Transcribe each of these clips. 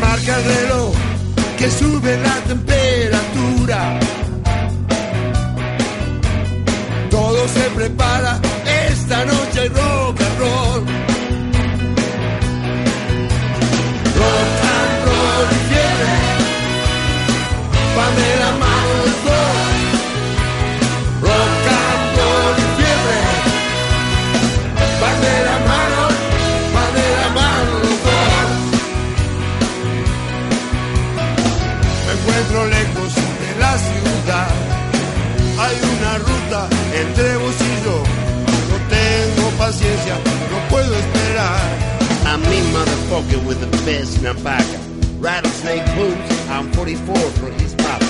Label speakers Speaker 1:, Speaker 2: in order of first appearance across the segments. Speaker 1: marca el reloj que sube la temperatura. Todo se prepara, esta noche hay rock and roll. Rock and roll y fiebre, Pamela Manos Rock and roll y fiebre, Pamela Manos, Pamela Manos los dos. Me encuentro lejos de la ciudad, hay una ruta entre vos y yo. No tengo paciencia, no puedo esperar.
Speaker 2: I'm me motherfucker with the best in a bag. Rattlesnake boots, I'm 44 for his papa.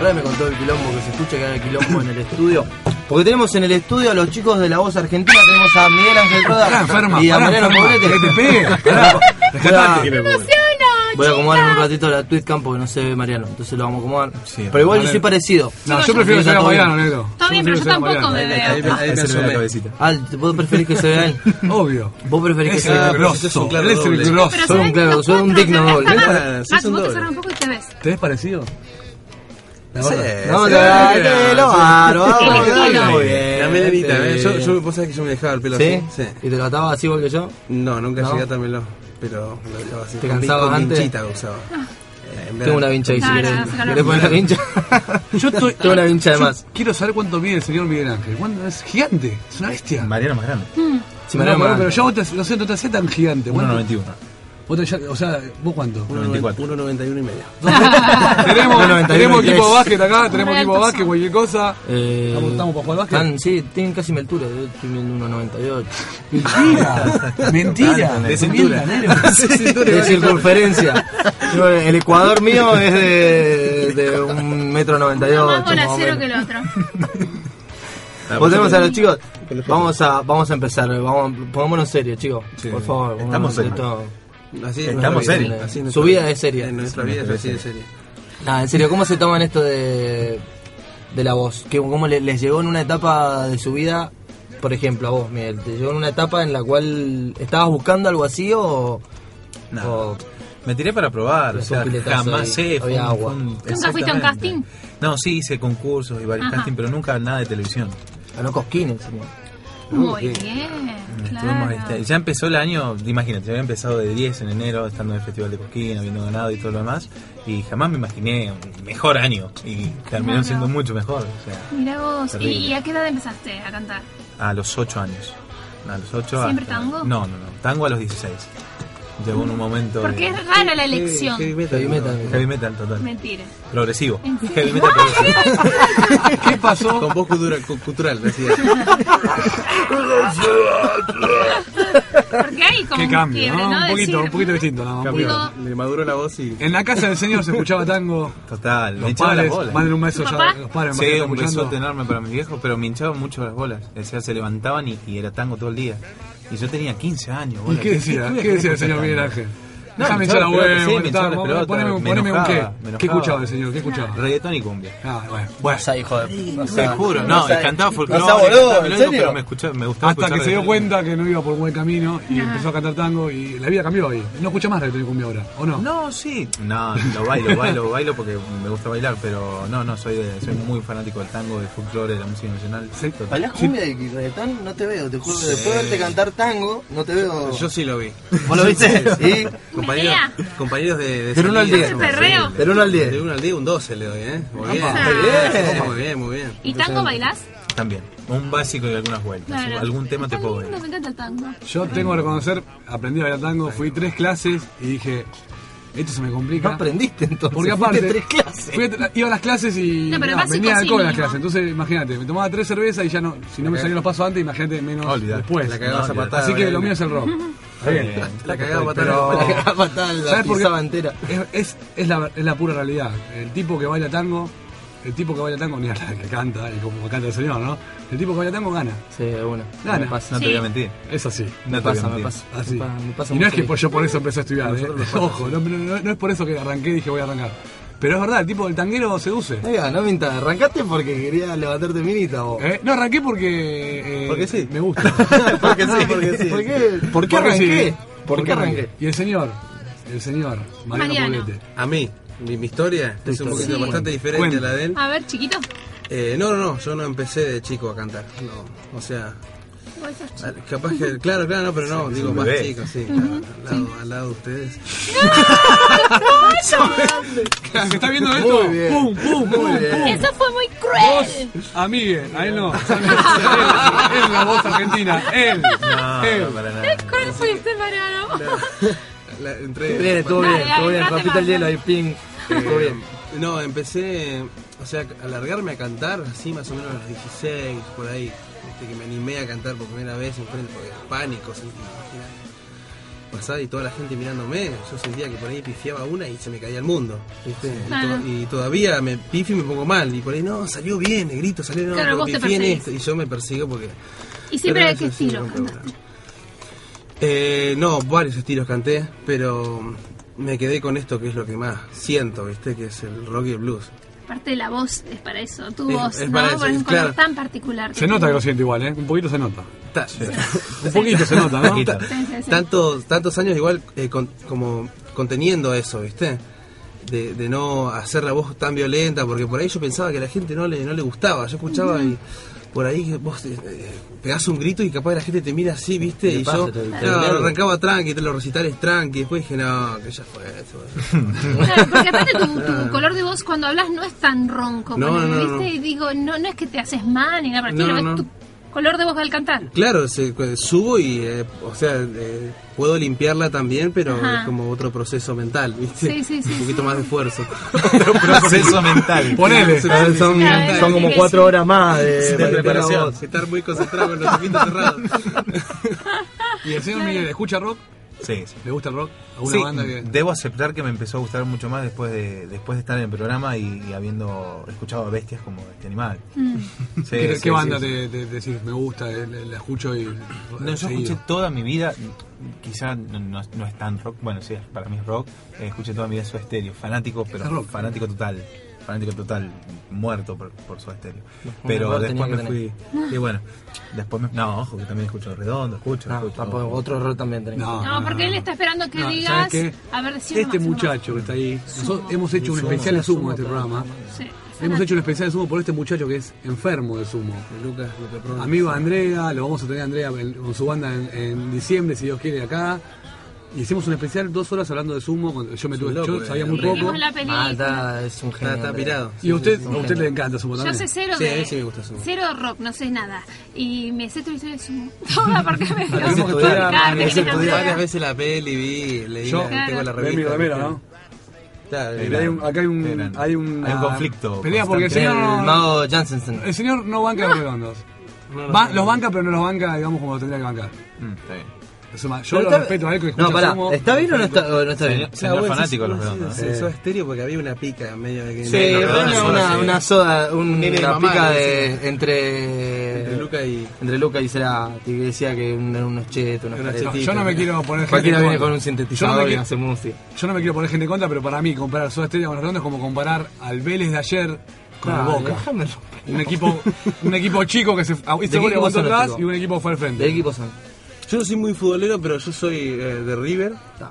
Speaker 3: Ahora me contó el quilombo que se escucha que hay el quilombo en el estudio. Porque tenemos en el estudio a los chicos de la voz argentina, tenemos a Miguel Ángel
Speaker 4: Pará,
Speaker 3: Roda
Speaker 4: Ah, enferma,
Speaker 3: y a
Speaker 4: pará,
Speaker 3: Mariano
Speaker 4: enferma,
Speaker 3: Poblete.
Speaker 4: que te pegue, pará,
Speaker 3: Voy a-
Speaker 4: rescatate.
Speaker 3: Voy a acomodar en un ratito la tweet campo que no se ve Mariano, entonces lo vamos a acomodar.
Speaker 4: Sí,
Speaker 3: Pero igual yo
Speaker 4: vale.
Speaker 3: soy parecido.
Speaker 4: No,
Speaker 3: Así
Speaker 4: yo prefiero
Speaker 3: que
Speaker 4: ser a
Speaker 3: todo bien.
Speaker 4: Mariano, negro.
Speaker 5: Está bien, pero
Speaker 4: prefiero
Speaker 5: yo
Speaker 4: ser a
Speaker 5: tampoco me
Speaker 4: Mariano.
Speaker 5: veo.
Speaker 6: ahí
Speaker 7: se le ve
Speaker 6: pensó
Speaker 7: la
Speaker 6: me.
Speaker 7: cabecita.
Speaker 3: Ah, ¿vos preferís que se vea él?
Speaker 4: Obvio.
Speaker 3: ¿Vos preferís que
Speaker 4: Es
Speaker 3: se vea
Speaker 4: el
Speaker 3: él?
Speaker 7: pero
Speaker 4: grosso,
Speaker 7: si sos un claro
Speaker 4: él es el
Speaker 7: doble.
Speaker 4: grosso.
Speaker 5: Pero
Speaker 3: Soy un
Speaker 5: ¿sabes?
Speaker 3: claro,
Speaker 5: Los
Speaker 3: soy un
Speaker 5: cuatro,
Speaker 3: digno
Speaker 5: ¿sabes?
Speaker 3: doble.
Speaker 5: Max,
Speaker 7: Para,
Speaker 5: Max,
Speaker 7: sos
Speaker 5: vos te
Speaker 7: un doble.
Speaker 5: cerrás un poco y te ves.
Speaker 4: ¿Te ves parecido?
Speaker 7: No sé,
Speaker 3: No,
Speaker 7: sí,
Speaker 3: no,
Speaker 7: mira,
Speaker 3: hay que lo barba, vamos, dale, muy bien.
Speaker 7: La melenita, ¿eh? Yo,
Speaker 3: Sí.
Speaker 7: yo, vos sabés que yo me dejaba el pelo
Speaker 3: ¿Sí?
Speaker 7: así. Sí.
Speaker 3: ¿Y te lo atabas así igual que yo?
Speaker 7: No, nunca
Speaker 3: ¿No?
Speaker 7: llegué a tármelo, pero me lo dejaba así.
Speaker 3: ¿Te
Speaker 7: Con pin-
Speaker 3: cansabas
Speaker 7: con
Speaker 3: antes?
Speaker 7: pinchita que usaba. Eh, en
Speaker 3: Tengo
Speaker 7: verano.
Speaker 3: una vincha ahí, si
Speaker 5: Claro,
Speaker 3: querés.
Speaker 5: hace calor.
Speaker 3: ¿Querés poner la vincha?
Speaker 4: Yo estoy-
Speaker 3: Tengo una vincha de
Speaker 4: yo
Speaker 3: más.
Speaker 4: Quiero saber cuánto mide el señor Miguel Ángel. ¿Cuánto es gigante? Es una bestia.
Speaker 6: Mariano más grande.
Speaker 3: Si
Speaker 4: No,
Speaker 3: me la
Speaker 4: pero,
Speaker 3: llaman.
Speaker 4: pero yo vos te- no sé, no te hacía tan gigante. ¿Cuánto?
Speaker 6: 1.91.
Speaker 4: Vos te- ya- o sea, ¿vos cuánto?
Speaker 6: 94.
Speaker 7: 1.91 y medio.
Speaker 4: tenemos
Speaker 3: 91,
Speaker 4: tenemos
Speaker 3: tres.
Speaker 4: equipo de básquet acá, tenemos
Speaker 5: Real
Speaker 4: equipo de básquet,
Speaker 5: persona.
Speaker 4: cualquier cosa.
Speaker 3: Eh,
Speaker 4: ¿Estamos- estamos para jugar al básquet?
Speaker 3: están- sí, tienen casi mi altura. Yo estoy midiendo 1,98.
Speaker 4: Mentira, mentira.
Speaker 6: De
Speaker 4: cintura.
Speaker 3: De circunferencia. Yo, el Ecuador mío es de, de un metro noventa y
Speaker 5: Uno
Speaker 3: ocho.
Speaker 5: más bola
Speaker 3: más o
Speaker 5: cero
Speaker 3: menos.
Speaker 5: que el otro.
Speaker 3: Volvemos a los chicos. Vamos a, vamos a empezar. Vamos, pongámonos serio, chicos. Por favor. pongámonos
Speaker 6: Estamos serios.
Speaker 3: esto.
Speaker 7: Así es
Speaker 6: Estamos
Speaker 7: nuestra vida,
Speaker 6: serios.
Speaker 7: así
Speaker 3: Su
Speaker 7: nuestra
Speaker 3: vida es seria.
Speaker 7: En nuestra vida es así de seria.
Speaker 3: Nada, en serio, ¿cómo se toman esto de, de la voz? ¿Qué- ¿Cómo le- les llegó en una etapa de su vida? Por ejemplo, a vos, Miguel, ¿te llegó en una etapa en la cual estabas buscando algo así o...?
Speaker 6: No.
Speaker 3: o-
Speaker 6: Oh. Me tiré para probar,
Speaker 3: Pero
Speaker 6: o
Speaker 3: fue un
Speaker 6: sea,
Speaker 3: piletazo
Speaker 6: jamás
Speaker 3: ahí,
Speaker 6: sé. fue
Speaker 3: había
Speaker 6: un-
Speaker 3: agua.
Speaker 6: fue un-
Speaker 5: ¿Nunca fuiste a un
Speaker 6: exactamente.
Speaker 5: casting?
Speaker 6: No, sí, hice concursos y varios
Speaker 5: Ajá.
Speaker 6: castings, pero nunca nada de televisión.
Speaker 3: a los cosquines, señor.
Speaker 5: Muy bien,
Speaker 6: Estuvimos, este,
Speaker 5: claro.
Speaker 6: ya empezó el año, imagínate, había empezado de 10 en enero, estando en el Festival de Cosquín, habiendo ganado y todo lo demás, y jamás me imaginé un mejor año, y terminó
Speaker 5: Claro.
Speaker 6: siendo mucho mejor, o sea,
Speaker 5: Mirá vos. ¿Y,
Speaker 6: Terrible.
Speaker 5: y a qué edad empezaste a cantar?
Speaker 6: a los 8 años. A los 8
Speaker 5: ¿Siempre
Speaker 6: hasta-
Speaker 5: tango?
Speaker 6: No, no, no, tango a los 16. Llegó en un momento
Speaker 5: Porque
Speaker 6: de
Speaker 5: es rara la elección.
Speaker 7: Heavy metal,
Speaker 3: Heavy
Speaker 7: ¿no?
Speaker 3: metal.
Speaker 6: heavy metal total,
Speaker 5: Mentira.
Speaker 6: progresivo,
Speaker 5: ¿En serio?
Speaker 6: heavy metal progresivo.
Speaker 4: ¿Qué pasó?
Speaker 7: Con voz cultura- cu- cultural, decía.
Speaker 5: Porque hay como
Speaker 4: Qué
Speaker 5: un
Speaker 4: cambio,
Speaker 5: quiebre,
Speaker 4: ¿no? Un
Speaker 5: De
Speaker 4: poquito,
Speaker 5: decir,
Speaker 4: un poquito distinto, nada más.
Speaker 5: Digo,
Speaker 7: Le maduró la voz y...
Speaker 4: En la casa del señor se escuchaba tango.
Speaker 6: Total, me
Speaker 4: Los
Speaker 6: echaba las
Speaker 4: padres,
Speaker 6: bolas.
Speaker 4: manden un beso ya
Speaker 5: ¿Tu papá?
Speaker 4: a los padres,
Speaker 6: Sí,
Speaker 4: imagínate,
Speaker 6: un
Speaker 4: escuchando.
Speaker 6: besote enorme para mis viejos, pero me hinchaban mucho las bolas. O sea, se levantaban y, y era tango todo el día. Y yo tenía 15 años.
Speaker 4: ¿Y
Speaker 6: bola.
Speaker 4: qué decía?
Speaker 6: estuve
Speaker 4: ¿Qué decía el
Speaker 6: escuchando
Speaker 4: señor Miguel
Speaker 6: tango?
Speaker 4: Ángel?
Speaker 6: No,
Speaker 4: Déjame
Speaker 6: me
Speaker 4: echar la
Speaker 6: echaba las
Speaker 4: hueva,
Speaker 6: pelotas, sí, me echaba las
Speaker 4: poneme-
Speaker 6: pelotas,
Speaker 4: poneme,
Speaker 6: me
Speaker 4: poneme un qué.
Speaker 6: enojaba, me
Speaker 4: ¿Qué
Speaker 6: enojaba.
Speaker 4: escuchaba el señor? ¿Qué escuchaba?
Speaker 6: Reggaetón y cumbia.
Speaker 4: Ah, bueno. bueno.
Speaker 3: sea, hijo de... No
Speaker 6: Te juro, no, y cantaba folclore,
Speaker 3: No sea boludo,
Speaker 6: cantaba
Speaker 3: ¿en
Speaker 6: melódico,
Speaker 3: serio?
Speaker 6: pero me, escuchaba, me gustaba
Speaker 4: Hasta
Speaker 6: escuchar
Speaker 4: que se dio
Speaker 6: reggaetón.
Speaker 4: cuenta que no iba por buen camino y empezó a cantar tango y la vida cambió ahí. No escucha más reggaetón y cumbia ahora, ¿o no?
Speaker 6: No, sí. No, lo bailo, bailo, bailo porque me gusta bailar, pero no, no, soy, de- soy muy fanático del tango, del folclore, de la música nacional.
Speaker 4: Sí.
Speaker 6: Total.
Speaker 3: ¿Bailás cumbia y reggaetón? No te veo, te juro. Después de verte cantar tango, no te veo.
Speaker 7: Yo sí lo vi.
Speaker 3: ¿Vos lo viste? ¿Sí?
Speaker 7: Compañeros,
Speaker 5: Mirá.
Speaker 7: compañeros de... de
Speaker 3: Del uno al
Speaker 7: salida.
Speaker 3: diez.
Speaker 5: El perreo.
Speaker 3: Del 1 al 10.
Speaker 7: De 1 al 10, un 12 le doy, ¿eh? Muy bien.
Speaker 3: Ah.
Speaker 5: bien.
Speaker 7: Muy bien, muy bien.
Speaker 5: ¿Y tango bailás?
Speaker 6: También. Un básico y algunas vueltas.
Speaker 5: Claro.
Speaker 6: Algún tema te
Speaker 5: Está
Speaker 6: puedo
Speaker 5: lindo,
Speaker 6: bailar.
Speaker 5: Me encanta el tango.
Speaker 4: Yo tengo que reconocer, aprendí a bailar tango, fui tres clases y dije, esto se me
Speaker 3: No
Speaker 4: complica.
Speaker 3: aprendiste entonces.
Speaker 4: Porque
Speaker 3: fuiste
Speaker 4: aparte,
Speaker 3: tres clases.
Speaker 4: fui a tra- iba a las clases y
Speaker 5: No, pero
Speaker 4: mirá,
Speaker 5: básico
Speaker 4: venía
Speaker 5: sí,
Speaker 4: alcohol a las
Speaker 5: mínimo.
Speaker 4: clases. Entonces, imagínate, me tomaba tres cervezas y ya no, si no me salían los pasos antes, imagínate menos
Speaker 6: Olvidate.
Speaker 4: después.
Speaker 7: La cagabas a
Speaker 6: No,
Speaker 7: patada.
Speaker 4: Así que lo
Speaker 7: Belén.
Speaker 4: mío es el rock. Está bien.
Speaker 7: La cagaba a patada.
Speaker 4: Pero-
Speaker 7: Belén.
Speaker 3: La patada la
Speaker 4: ¿Sabes por qué?
Speaker 3: pisaba entera.
Speaker 4: Es, es, es la, es la pura realidad. El tipo que baila tango el tipo que baila tango, ni hablar que canta, y como canta el señor, ¿no? El tipo que baila tango gana.
Speaker 3: Sí, de una.
Speaker 4: Gana.
Speaker 3: Me pasa.
Speaker 6: No te
Speaker 5: Sí.
Speaker 6: voy a mentir.
Speaker 4: Es así.
Speaker 6: No
Speaker 3: me
Speaker 6: te voy a
Speaker 3: pasa, me
Speaker 6: mentir.
Speaker 3: pasa.
Speaker 4: Así.
Speaker 3: Me pa- me pasa
Speaker 4: Ah, y no es
Speaker 3: mucho
Speaker 4: que
Speaker 3: eso.
Speaker 4: pues, yo por eso empecé a estudiar, ¿eh?
Speaker 6: nosotros nos pasa,
Speaker 4: Ojo, no, no- no es por eso que arranqué y dije voy a arrancar. Pero es verdad, el tipo del tanguero seduce.
Speaker 3: Oiga, no minta, arrancaste porque quería levantarte minita vos.
Speaker 4: ¿Eh? No, arranqué porque. eh,
Speaker 6: Porque sí.
Speaker 4: Me gusta.
Speaker 6: Porque sí, porque sí.
Speaker 3: ¿Por qué, ¿Por qué
Speaker 4: Porque
Speaker 3: arranqué?
Speaker 4: sí.
Speaker 3: ¿Por qué arranqué?
Speaker 4: Y el señor, el señor, Mariano,
Speaker 5: Mariano.
Speaker 4: Poblete.
Speaker 7: A mí, mi, mi historia es un
Speaker 4: historia.
Speaker 7: poquito
Speaker 5: Sí.
Speaker 7: bastante diferente
Speaker 4: Cuenta.
Speaker 7: a la de él.
Speaker 5: A ver, chiquito.
Speaker 7: Eh, no, no, no, yo no empecé de chico a cantar. No, o sea,
Speaker 5: Vos sos chico.
Speaker 7: al- capaz que. Claro, claro, no, pero no, digo
Speaker 6: un
Speaker 7: más
Speaker 6: bebé.
Speaker 7: chico, sí. claro, al, lado, al lado de ustedes.
Speaker 4: ¿Se está viendo esto?
Speaker 3: Muy bien.
Speaker 4: ¡Pum, pum, pum! pum.
Speaker 5: Eso fue muy cruel.
Speaker 4: Amigue, a él no. él, es la voz argentina. Él.
Speaker 6: No,
Speaker 4: él.
Speaker 6: no, para nada.
Speaker 5: ¿Cuál fuiste, Mariano?
Speaker 7: La- entré.
Speaker 3: Bien, estuvo
Speaker 5: Dale,
Speaker 3: bien, estuvo
Speaker 5: dale,
Speaker 3: bien.
Speaker 5: entrate,
Speaker 3: Rompiste el hielo ahí,
Speaker 4: Eh,
Speaker 3: ping. Estuvo bien.
Speaker 7: No, empecé, o sea, a largarme a cantar, así más o menos a los 16, por ahí, este, que me animé a cantar por primera vez en frente, porque era pánico, ¿sí? Imagínate. pasaba y toda la gente mirándome, yo sentía que por ahí pifiaba una y se me caía el mundo, ¿viste? Y,
Speaker 5: Claro.
Speaker 7: to- y todavía me pifio y me pongo mal, y por ahí, no, salió bien, negrito, salió no,
Speaker 5: Claro,
Speaker 7: pero
Speaker 5: vos te
Speaker 7: pifié en
Speaker 5: perseguís.
Speaker 7: esto, y yo me persigo porque...
Speaker 5: ¿Y siempre
Speaker 7: Pero
Speaker 5: de qué
Speaker 7: eso sí,
Speaker 5: estilo?
Speaker 7: no me gusta. Eh, no, varios estilos canté, pero me quedé con esto que es lo que más siento, ¿viste? Que es el rock y el blues.
Speaker 5: Parte de la voz es para eso, tu
Speaker 7: Es-
Speaker 5: voz,
Speaker 7: es
Speaker 5: ¿no?
Speaker 7: para eso,
Speaker 5: Con un
Speaker 7: es
Speaker 5: color
Speaker 7: claro.
Speaker 5: tan particular.
Speaker 4: Se nota que lo siento igual, ¿eh? Un poquito se nota.
Speaker 7: Ta-
Speaker 4: Un poquito se nota, ¿no?
Speaker 6: Poquito.
Speaker 5: Sí, sí, sí.
Speaker 7: tantos, tantos años igual eh, con- como conteniendo eso, ¿viste? De, de no hacer la voz tan violenta, porque por ahí yo pensaba que a la gente no le, no le gustaba. Yo escuchaba y por ahí que vos eh, eh, pegás un grito y capaz la gente te mira así, ¿viste?
Speaker 3: Te
Speaker 7: Y
Speaker 3: pasa,
Speaker 7: yo
Speaker 3: te- te
Speaker 7: claro,
Speaker 3: olvidás.
Speaker 7: arrancaba tranqui, te los recitales tranqui, después dije, no, que ya fue. esto".
Speaker 5: Claro, porque aparte tu, tu color de voz cuando hablas no es tan ronco.
Speaker 7: No,
Speaker 5: ponele,
Speaker 7: no, no.
Speaker 5: ¿viste? Y digo, no, no es que te haces mal ni nada, por el
Speaker 7: No,
Speaker 5: estilo,
Speaker 7: no.
Speaker 5: es tu color de voz al cantar.
Speaker 7: Claro, se- cu- subo y, eh, o sea, eh, puedo limpiarla también, pero
Speaker 5: Ajá.
Speaker 7: es como otro proceso mental, ¿viste?
Speaker 5: Sí, sí, sí,
Speaker 7: Un poquito
Speaker 5: sí.
Speaker 7: más de esfuerzo.
Speaker 6: Otro proceso mental.
Speaker 4: Ponele.
Speaker 7: Son- son- Eh, son-
Speaker 5: Claro,
Speaker 3: Son como
Speaker 5: Sí,
Speaker 3: cuatro
Speaker 5: sí.
Speaker 3: horas más de,
Speaker 6: De preparación.
Speaker 3: voz.
Speaker 7: Estar muy concentrado con los ojitos cerrados.
Speaker 4: Y el señor Miguel, ¿escucha rock?
Speaker 6: Sí, sí.
Speaker 4: ¿Le gusta el rock? ¿Alguna
Speaker 6: Sí,
Speaker 4: banda que.?
Speaker 6: Debo aceptar que me empezó a gustar mucho más después de, después de estar en el programa y, y habiendo escuchado a bestias como este animal. Sí,
Speaker 4: ¿Qué,
Speaker 6: sí,
Speaker 4: qué
Speaker 6: sí,
Speaker 4: banda
Speaker 6: sí.
Speaker 4: te, te- te decís? Me gusta, eh, la, la escucho y.
Speaker 6: No, yo
Speaker 4: seguido.
Speaker 6: escuché toda mi vida, quizá no, no- no es tan rock, bueno, sí, para mí es rock, eh, escuché toda mi vida su estéreo, fanático, pero
Speaker 4: Es rock.
Speaker 6: fanático total, fanático total, muerto por, por su estéreo.
Speaker 3: un
Speaker 6: Pero
Speaker 3: error
Speaker 6: después
Speaker 3: tenía
Speaker 6: me
Speaker 3: que
Speaker 6: fui, y bueno, después me, no, ojo, que también escucho redondo, escucho,
Speaker 3: Ah,
Speaker 6: escucho.
Speaker 3: ah, pues, otro error también tenés.
Speaker 7: Ah.
Speaker 4: No,
Speaker 5: No, porque él está esperando que
Speaker 4: No,
Speaker 5: digas.
Speaker 4: ¿sabes qué?
Speaker 5: A ver, si
Speaker 4: Este muchacho que está ahí, nosotros hemos hecho un
Speaker 3: Sumo,
Speaker 4: especial de sumo
Speaker 3: sumo,
Speaker 4: en este
Speaker 3: claro.
Speaker 4: programa. Hemos hecho un especial de sumo por este muchacho que es enfermo de sumo.
Speaker 7: Lucas, Lucas Pro.
Speaker 4: Amigo de Andrea, lo vamos a tener a Andrea en- con su banda en, en diciembre, si Dios quiere, acá. Y hicimos un especial dos horas hablando de sumo. cuando Yo me
Speaker 7: Es
Speaker 4: tuve,
Speaker 7: un loco,
Speaker 4: yo sabía
Speaker 7: eh,
Speaker 4: muy
Speaker 7: Andrea.
Speaker 4: poco.
Speaker 5: Vimos la
Speaker 3: Ah,
Speaker 5: película.
Speaker 3: está, es un genio.
Speaker 7: Está, está
Speaker 3: Andrea.
Speaker 7: pirado.
Speaker 4: Y a usted,
Speaker 3: sí,
Speaker 4: a usted
Speaker 3: sí.
Speaker 4: le encanta sumo
Speaker 5: Yo
Speaker 4: también.
Speaker 5: sé cero
Speaker 7: Sí,
Speaker 5: de.
Speaker 7: a mí sí me gusta Sumo.
Speaker 5: Cero rock, no sé nada. Y me sé tu historia de sumo. Toda porque me lo
Speaker 4: tenemos que
Speaker 5: contaron,
Speaker 4: estudiar,
Speaker 5: Carmen,
Speaker 4: tenemos que
Speaker 5: Andrea.
Speaker 4: estudiar.
Speaker 7: Varias veces la peli vi, leí,
Speaker 4: Yo-
Speaker 7: la- tengo la
Speaker 5: Claro.
Speaker 4: Ve mi
Speaker 7: revista.
Speaker 4: remera, ¿no?
Speaker 7: Claro,
Speaker 6: Era-
Speaker 4: Hay un- acá hay un-
Speaker 6: eran-
Speaker 4: hay una
Speaker 6: hay un conflicto.
Speaker 4: pelea porque
Speaker 6: constante.
Speaker 4: sí.
Speaker 3: El
Speaker 4: No.
Speaker 3: mago Jansensen.
Speaker 4: El señor no banca los redondos. Va- los banca, pero no los banca, digamos, como lo tendría que bancar.
Speaker 6: Mm, está bien.
Speaker 4: Es más, yo
Speaker 3: Pero
Speaker 4: lo
Speaker 3: está-
Speaker 4: respeto a él que escucha
Speaker 3: No, pará,
Speaker 4: sumo.
Speaker 3: ¿está bien o no está, o no está bien?
Speaker 6: Señor, señor fanático de los redondos. ¿eh?
Speaker 7: Sí, sos estéreo porque había una pica en medio de que.
Speaker 3: Sí,
Speaker 7: en los
Speaker 3: una,
Speaker 7: redondos,
Speaker 3: una,
Speaker 7: ahora sí.
Speaker 3: una soda, un-
Speaker 7: Nene de
Speaker 3: una
Speaker 7: mamá,
Speaker 3: pica
Speaker 7: le
Speaker 3: de, entre,
Speaker 7: Entre eh, Luca y.
Speaker 3: entre Luca y Cerati, que decía que un- eran unos chetos, unos
Speaker 7: Unos
Speaker 4: No,
Speaker 3: caretas.
Speaker 7: chetos.
Speaker 4: yo no me quiero poner gente
Speaker 3: Cualquiera
Speaker 4: en
Speaker 3: viene
Speaker 4: contra.
Speaker 3: con un
Speaker 4: Yo no
Speaker 3: sintetizador
Speaker 4: me
Speaker 3: y
Speaker 4: qui-
Speaker 3: hace música.
Speaker 4: Yo no me quiero poner gente en contra, pero para mí comparar Soda Stereo con los redondos es como comparar al Vélez de ayer con el
Speaker 3: Dale,
Speaker 4: Boca.
Speaker 3: déjame romper.
Speaker 4: Un equipo, un equipo chico que se hizo
Speaker 3: qué
Speaker 4: gol y
Speaker 3: equipo
Speaker 4: aguantó
Speaker 3: son los
Speaker 4: atrás
Speaker 3: chicos?
Speaker 4: y un equipo fue al
Speaker 3: ¿De qué
Speaker 4: frente.
Speaker 3: equipo son?
Speaker 7: Yo no soy muy futbolero, pero yo soy eh, de River.
Speaker 3: Ah,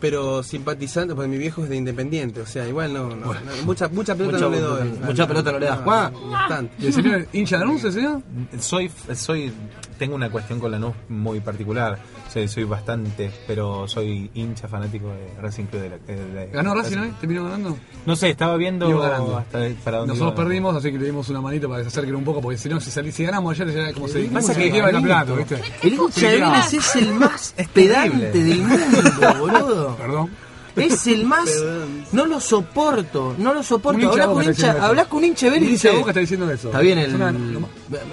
Speaker 7: Pero simpatizante, porque mi viejo es de Independiente, o sea, igual no, no, no, mucha, mucha pelota
Speaker 3: Mucha-
Speaker 7: no le doy.
Speaker 3: mucha pelota no le das. Juan.
Speaker 7: Bastante.
Speaker 4: ¿Y el señor es hincha de anuncio, señor?
Speaker 6: ¿eh? Soy, soy, tengo una cuestión con la Lanús muy particular. Soy, soy bastante, pero soy hincha fanático de Racing Club. De la, de- de-
Speaker 4: ¿Ganó Racing hoy? ¿Terminó ganando?
Speaker 6: No sé, estaba viendo
Speaker 4: Iba ganando.
Speaker 6: hasta de- para dónde
Speaker 4: Nosotros
Speaker 6: iba.
Speaker 4: perdimos, así que le dimos una manito para que se acerquen un poco, porque si no, si, salí- si ganamos ayer, ya era como se,
Speaker 6: Pasa
Speaker 4: se
Speaker 6: que
Speaker 4: lleva el campeonato,
Speaker 6: ganito.
Speaker 4: ¿viste?
Speaker 3: El hincha de
Speaker 4: claro.
Speaker 3: Vélez es el más
Speaker 6: Es
Speaker 3: pedante
Speaker 6: terrible.
Speaker 3: del mundo, boludo.
Speaker 4: Perdón.
Speaker 3: Es el más. No lo soporto, no lo
Speaker 4: Un
Speaker 3: soporto.
Speaker 4: hincha
Speaker 3: Hablás
Speaker 4: de Boca
Speaker 3: con un
Speaker 4: está
Speaker 3: hincha,
Speaker 4: diciendo eso.
Speaker 3: hablás con un hincha de Vélez y
Speaker 4: Un hincha de
Speaker 3: dice.
Speaker 4: Boca está diciendo eso.
Speaker 3: Está bien el.
Speaker 4: Es una-
Speaker 3: el- ya
Speaker 4: Algo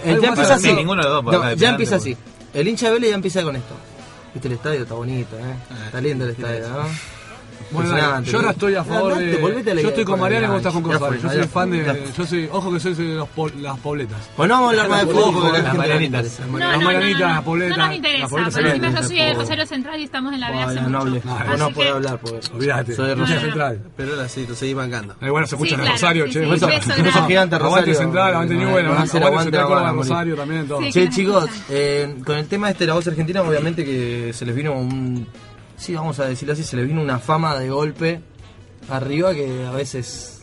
Speaker 3: empieza
Speaker 4: pasa
Speaker 3: así.
Speaker 6: Sí, ninguno de los dos, porque
Speaker 3: No,
Speaker 6: acá de
Speaker 3: ya
Speaker 6: Pirante,
Speaker 3: empieza así.
Speaker 6: porque-
Speaker 3: El hincha de Vélez ya empieza con esto. Viste, el estadio está bonito, ¿eh? Está lindo el estadio, ¿no?
Speaker 4: Bueno, dale, yo ahora estoy a favor de. Yo estoy con Mariana y vos estás con Corsario. Yo soy fan de. Yo soy. Ojo que soy de los pol- las pobletas.
Speaker 3: Pues no vamos a hablar más de fútbol porque la
Speaker 6: Las
Speaker 3: gente no le
Speaker 6: maranitas.
Speaker 3: interesa.
Speaker 5: No, no,
Speaker 4: las
Speaker 5: no, no,
Speaker 4: maranitas,
Speaker 5: no.
Speaker 4: las pobletas.
Speaker 5: No nos
Speaker 4: las
Speaker 5: interesa. Por
Speaker 4: pobletas se
Speaker 5: ejemplo, yo
Speaker 4: ven.
Speaker 5: soy del Rosario Central y estamos en la B hace
Speaker 3: Hola,
Speaker 5: mucho.
Speaker 3: no hables.
Speaker 6: ah,
Speaker 4: No,
Speaker 3: Vos no
Speaker 5: así
Speaker 3: podés
Speaker 5: que-
Speaker 3: hablar porque.
Speaker 4: Olvídate.
Speaker 3: Soy de
Speaker 4: Escucha
Speaker 3: Rosario
Speaker 4: Central.
Speaker 7: Pero ahora sí, lo seguís bancando.
Speaker 4: Igual Eh, bueno, se
Speaker 5: Sí,
Speaker 4: escucha en
Speaker 5: claro,
Speaker 4: Rosario,
Speaker 5: sí,
Speaker 4: che.
Speaker 5: sí,
Speaker 4: Beso.
Speaker 5: beso grande.
Speaker 3: Beso gigante,
Speaker 4: Aguante
Speaker 3: Rosario.
Speaker 4: Central, aguante New Bueno.
Speaker 3: Van a ser
Speaker 4: Aguante
Speaker 3: aguante,
Speaker 4: Central,
Speaker 3: van a
Speaker 4: Córdoba,
Speaker 3: morir.
Speaker 4: Rosario también, todo.
Speaker 5: Sí.
Speaker 3: Che, chicos, eh, con el tema este de la voz argentina, obviamente que se les vino un. Sí, vamos a decirlo así, se les vino una fama de golpe arriba que a veces.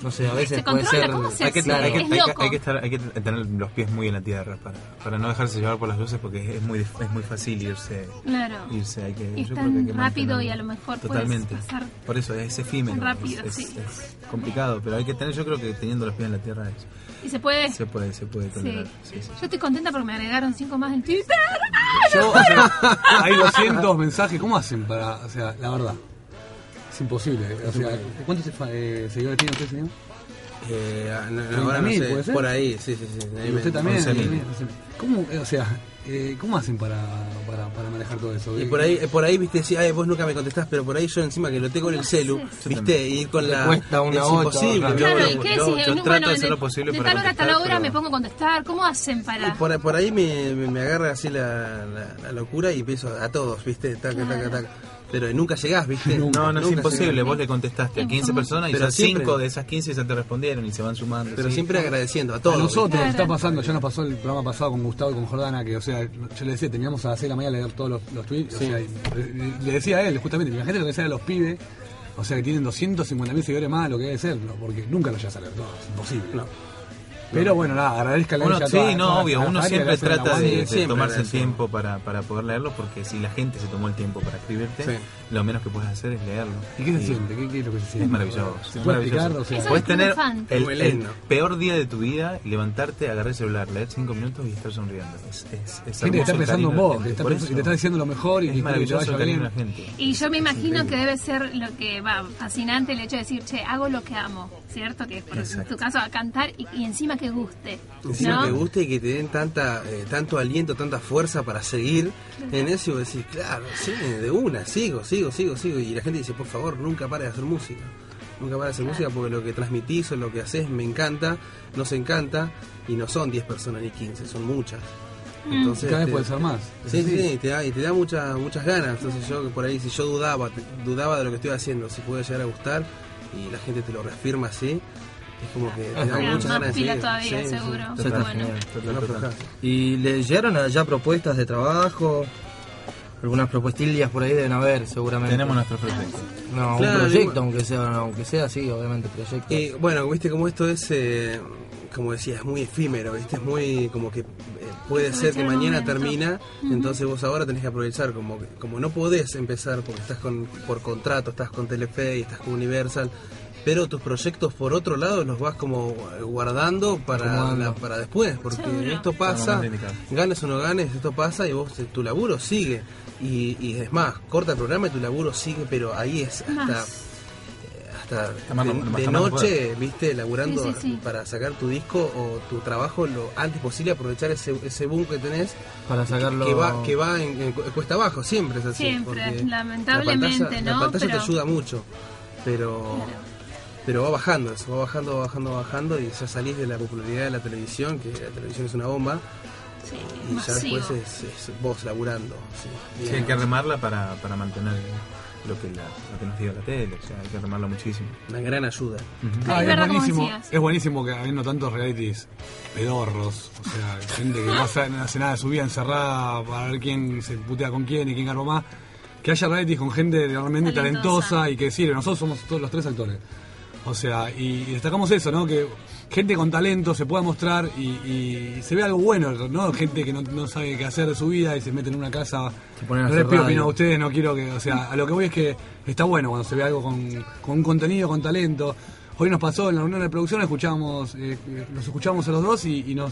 Speaker 3: No sé, a veces
Speaker 5: Se
Speaker 3: puede
Speaker 5: controla,
Speaker 3: ser.
Speaker 5: ¿cómo se
Speaker 6: Hay que,
Speaker 5: Sí,
Speaker 6: hay, que,
Speaker 5: es
Speaker 6: hay que-
Speaker 5: loco.
Speaker 6: hay que estar, hay que tener los pies muy en la tierra para, para no dejarse llevar por las luces porque es, es muy es muy fácil irse
Speaker 5: Claro.
Speaker 6: irse hay que
Speaker 5: Es
Speaker 6: yo
Speaker 5: tan
Speaker 6: creo que hay que
Speaker 5: rápido
Speaker 6: mantenerlo.
Speaker 5: y a lo mejor puedes
Speaker 6: totalmente
Speaker 5: pasar
Speaker 6: por eso es efímero
Speaker 5: tan rápido,
Speaker 6: es, es-
Speaker 5: sí.
Speaker 6: es complicado pero hay que tener yo creo que teniendo los pies en la tierra es-
Speaker 5: Y se puede.
Speaker 6: se puede se puede
Speaker 5: Sí.
Speaker 6: tolerar sí, sí.
Speaker 5: Yo estoy contenta porque me agregaron cinco más en Twitter. Ah,
Speaker 4: Yo, o sea, hay 200 mensajes. ¿Cómo hacen para.? O sea, la verdad. Es imposible. eh, O sea, ¿cuántos se- eh, seguidores tiene usted, señor?
Speaker 7: Eh, ah, no, no,
Speaker 4: 30.000
Speaker 7: ahora no sé,
Speaker 4: ¿puede ser?
Speaker 7: por ahí, sí, sí, sí. ahí
Speaker 4: Y usted
Speaker 7: me-
Speaker 4: también.
Speaker 7: 11.000.
Speaker 4: eh, ¿Cómo, eh, o sea, eh, ¿cómo hacen para, para, para manejar todo eso?
Speaker 7: Y por ahí, eh, por ahí viste, decís, ay, vos nunca me contestás, pero por ahí yo encima que lo tengo en el celu, viste, y ir con
Speaker 3: Te
Speaker 7: la.
Speaker 3: cuesta una
Speaker 7: es
Speaker 3: bota,
Speaker 7: imposible.
Speaker 6: otra.
Speaker 7: yo-
Speaker 5: Claro, ¿y
Speaker 6: bueno,
Speaker 5: qué
Speaker 6: yo-
Speaker 5: decís?
Speaker 6: yo
Speaker 5: Bueno,
Speaker 6: trato de
Speaker 5: de-
Speaker 6: hacer lo posible
Speaker 5: de
Speaker 6: para
Speaker 5: tal hora a tal
Speaker 6: contestar,
Speaker 5: hora
Speaker 6: pero-
Speaker 5: me pongo a contestar. ¿Cómo hacen
Speaker 7: y
Speaker 5: para...?
Speaker 7: por, por ahí me, me- me agarra así la, la- la locura y empiezo a todos, viste, tac, tac, tac. Pero eh, nunca llegás, viste.
Speaker 6: no, no es
Speaker 7: Nunca
Speaker 6: imposible,
Speaker 7: llegás.
Speaker 6: vos le contestaste a 15 personas y
Speaker 7: Pero
Speaker 6: ya
Speaker 7: siempre-
Speaker 6: 5 de esas 15 ya te respondieron y se van sumando.
Speaker 7: Pero
Speaker 6: sí.
Speaker 7: siempre agradeciendo a
Speaker 4: A
Speaker 7: todos.
Speaker 4: nosotros
Speaker 5: Claro.
Speaker 4: nos está pasando, ya nos pasó el programa pasado con Gustavo y con Jordana, que, o sea, yo le decía, teníamos a las 6 de la mañana leer todos los, los tweets, o sea, y le, le decía a él, justamente, imagínate lo que sea a los pibes, o sea, que tienen 250.000 seguidores más de lo que debe ser, ¿no? porque nunca los llegas a leer todos, es imposible. Pero bueno, nada, agradezca la
Speaker 6: Uno- sí, no, obvio, uno siempre trata de, de
Speaker 7: siempre
Speaker 6: tomarse el
Speaker 7: agradecemos.
Speaker 6: tiempo para, para poder leerlo, porque si la gente se tomó el tiempo para escribirte,
Speaker 7: Sí.
Speaker 6: lo menos que puedes hacer es leerlo.
Speaker 4: ¿Y qué se siente? ¿Qué, qué es lo que se siente?
Speaker 6: Es maravilloso.
Speaker 4: ¿Se
Speaker 6: es
Speaker 4: puede
Speaker 6: maravilloso.
Speaker 4: explicar? O sea,
Speaker 5: Eso
Speaker 6: Puedes
Speaker 5: es
Speaker 6: tener
Speaker 5: fan.
Speaker 6: el,
Speaker 7: Muy
Speaker 6: el
Speaker 7: lindo.
Speaker 6: peor día de tu vida, levantarte, agarrar el celular, leer 5 minutos y estar sonriendo. Es, es, es
Speaker 4: gente que está
Speaker 6: hermoso el
Speaker 4: pensando en
Speaker 6: cariño de la
Speaker 4: vos,
Speaker 6: gente.
Speaker 4: que está
Speaker 6: Por
Speaker 4: pensando-
Speaker 6: eso
Speaker 4: que te está diciendo lo mejor y que-
Speaker 6: Es
Speaker 4: que te
Speaker 6: maravilloso
Speaker 4: vaya
Speaker 6: el cariño de la
Speaker 4: bien.
Speaker 6: gente.
Speaker 5: Y yo me imagino que debe ser lo que va fascinante el hecho de decir, che, hago lo que amo, ¿cierto? Que por en
Speaker 6: Exacto.
Speaker 5: tu caso a cantar y, y encima que guste.
Speaker 7: Encima
Speaker 5: ¿no?
Speaker 7: que guste y que te den tanta, eh, tanto aliento, tanta fuerza para seguir en eso y vos decís, claro, sí, de una, sigo, sigo, sigo, sigo. Y la gente dice, por favor, nunca para de hacer música. Nunca para de hacer música porque lo que transmitís o lo que haces me encanta, nos encanta y no son 10 personas ni 15, son muchas.
Speaker 4: Y
Speaker 7: Entonces, este,
Speaker 4: Cada vez
Speaker 7: te-
Speaker 4: puede ser más.
Speaker 7: Sí, sí, sí, te da, y te da muchas muchas ganas. Entonces yo que por ahí, si yo dudaba, te- dudaba de lo que estoy haciendo, si puede llegar a gustar y la gente te lo reafirma así, es como que te da
Speaker 5: Te dan
Speaker 7: muchas
Speaker 5: más
Speaker 7: ganas de
Speaker 5: pila
Speaker 7: seguir.
Speaker 5: todavía, seguro.
Speaker 7: total,
Speaker 6: Total,
Speaker 5: Bueno.
Speaker 6: genial, total,
Speaker 7: no
Speaker 6: total.
Speaker 7: aflojás.
Speaker 3: ¿Y le llegaron allá propuestas de trabajo? Algunas propuestillas por ahí deben haber, seguramente.
Speaker 6: Tenemos nuestros proyectos.
Speaker 3: No,
Speaker 7: Claro, Eh,
Speaker 3: un proyecto,
Speaker 7: igual-
Speaker 3: aunque sea, aunque sea, sí, obviamente, proyecto.
Speaker 7: Y bueno, viste como esto es, eh, como decía, es muy efímero, viste, es muy como que eh, puede ser
Speaker 5: Aprovechar
Speaker 7: que
Speaker 5: el
Speaker 7: mañana
Speaker 5: momento.
Speaker 7: termina, entonces vos ahora tenés que aprovechar, como que- como no podés empezar porque estás con por contrato, estás con Telefe y estás con Universal, pero tus proyectos por otro lado los vas como eh, guardando para,
Speaker 3: Acomodando.
Speaker 7: la- para después, porque
Speaker 5: Seguro.
Speaker 7: esto pasa,
Speaker 6: Estamos más indicados.
Speaker 7: ganes o no ganes, esto pasa y vos eh, tu laburo sigue. Y, y es más, corta el programa y tu laburo sigue, pero ahí es hasta
Speaker 5: Más.
Speaker 7: hasta
Speaker 6: Hasta más
Speaker 7: de,
Speaker 6: no-
Speaker 7: de
Speaker 6: hasta más no
Speaker 7: noche, viste, laburando
Speaker 5: Sí, sí, sí.
Speaker 7: para sacar tu disco o tu trabajo lo antes posible, aprovechar ese, ese boom que tenés,
Speaker 3: para sacarlo.
Speaker 7: que va, que va en, en cu- cuesta abajo, siempre es así.
Speaker 5: Siempre,
Speaker 7: porque
Speaker 5: lamentablemente,
Speaker 7: la pantalla,
Speaker 5: ¿no?
Speaker 7: La pantalla
Speaker 5: Pero-
Speaker 7: te ayuda mucho, pero pero va bajando eso, va bajando, va bajando, va bajando y ya salís de la popularidad de la televisión, que la televisión es una bomba,
Speaker 5: Sí,
Speaker 7: y
Speaker 5: masivo.
Speaker 7: ya después es, es vos laburando. sí.
Speaker 6: Sí, hay que remarla para, para mantener lo que, la- lo que nos dio la tele, o sea, hay que remarla muchísimo.
Speaker 7: Una gran ayuda.
Speaker 5: Ah,
Speaker 4: Ah,
Speaker 5: es
Speaker 4: es,
Speaker 5: verdad, como
Speaker 4: buenísimo,
Speaker 5: decías.
Speaker 4: es buenísimo que habiendo tantos realities pedorros, o sea, gente que no hace, no hace nada de su vida encerrada para ver quién se putea con quién y quién garba más, que haya realities con gente realmente
Speaker 5: Talentosa.
Speaker 4: talentosa y que sirve. Nosotros somos todos los tres actores. O sea, y, y destacamos eso, ¿no? Que gente con talento se pueda mostrar y, y se ve algo bueno, ¿no? Gente que no, no sabe qué hacer de su vida y se mete en una casa.
Speaker 3: Se ponen a
Speaker 4: No les
Speaker 3: hacer
Speaker 4: pido
Speaker 3: radio.
Speaker 4: opinión a ustedes, no quiero que. O sea, a lo que voy es que está bueno cuando se ve algo con, con un contenido, con talento. Hoy nos pasó en la reunión de producción, escuchamos, eh, eh, los escuchamos a los dos y, y nos.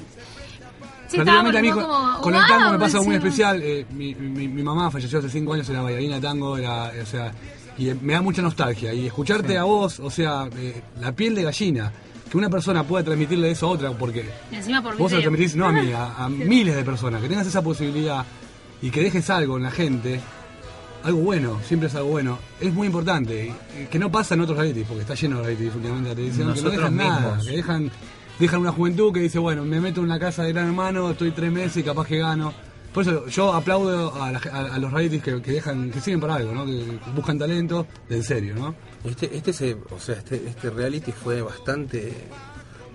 Speaker 5: Sí,
Speaker 4: Prácticamente a mí
Speaker 5: estábamos
Speaker 4: con,
Speaker 5: como,
Speaker 4: con el
Speaker 5: wow,
Speaker 4: tango me pasa algo muy
Speaker 5: encima.
Speaker 4: especial. Eh, mi, mi- mi mamá falleció hace cinco años, era bailarina de tango, era, o sea, y eh, me da mucha nostalgia. Y escucharte a vos, o sea, eh, la piel de gallina, que una persona pueda transmitirle eso a otra, porque
Speaker 5: Y encima por
Speaker 4: vos se lo
Speaker 5: video.
Speaker 4: transmitís, no a mí, a, a miles de personas, que tengas esa posibilidad y que dejes algo en la gente, algo bueno, siempre es algo bueno. Es muy importante, y- y que no pasa en otros realities, porque está lleno de realities últimamente la televisión, que no
Speaker 6: Nosotros
Speaker 4: dejan nada,
Speaker 6: mismos.
Speaker 4: que dejan, dejan una juventud que dice, bueno, me meto en una casa de gran hermano, estoy tres meses y capaz que gano. Por eso yo aplaudo a, la- a- a los realities que, que dejan, que siguen para algo, ¿no? Que buscan talento, de en serio, ¿no?
Speaker 7: Este, este se, o sea, este, este reality fue bastante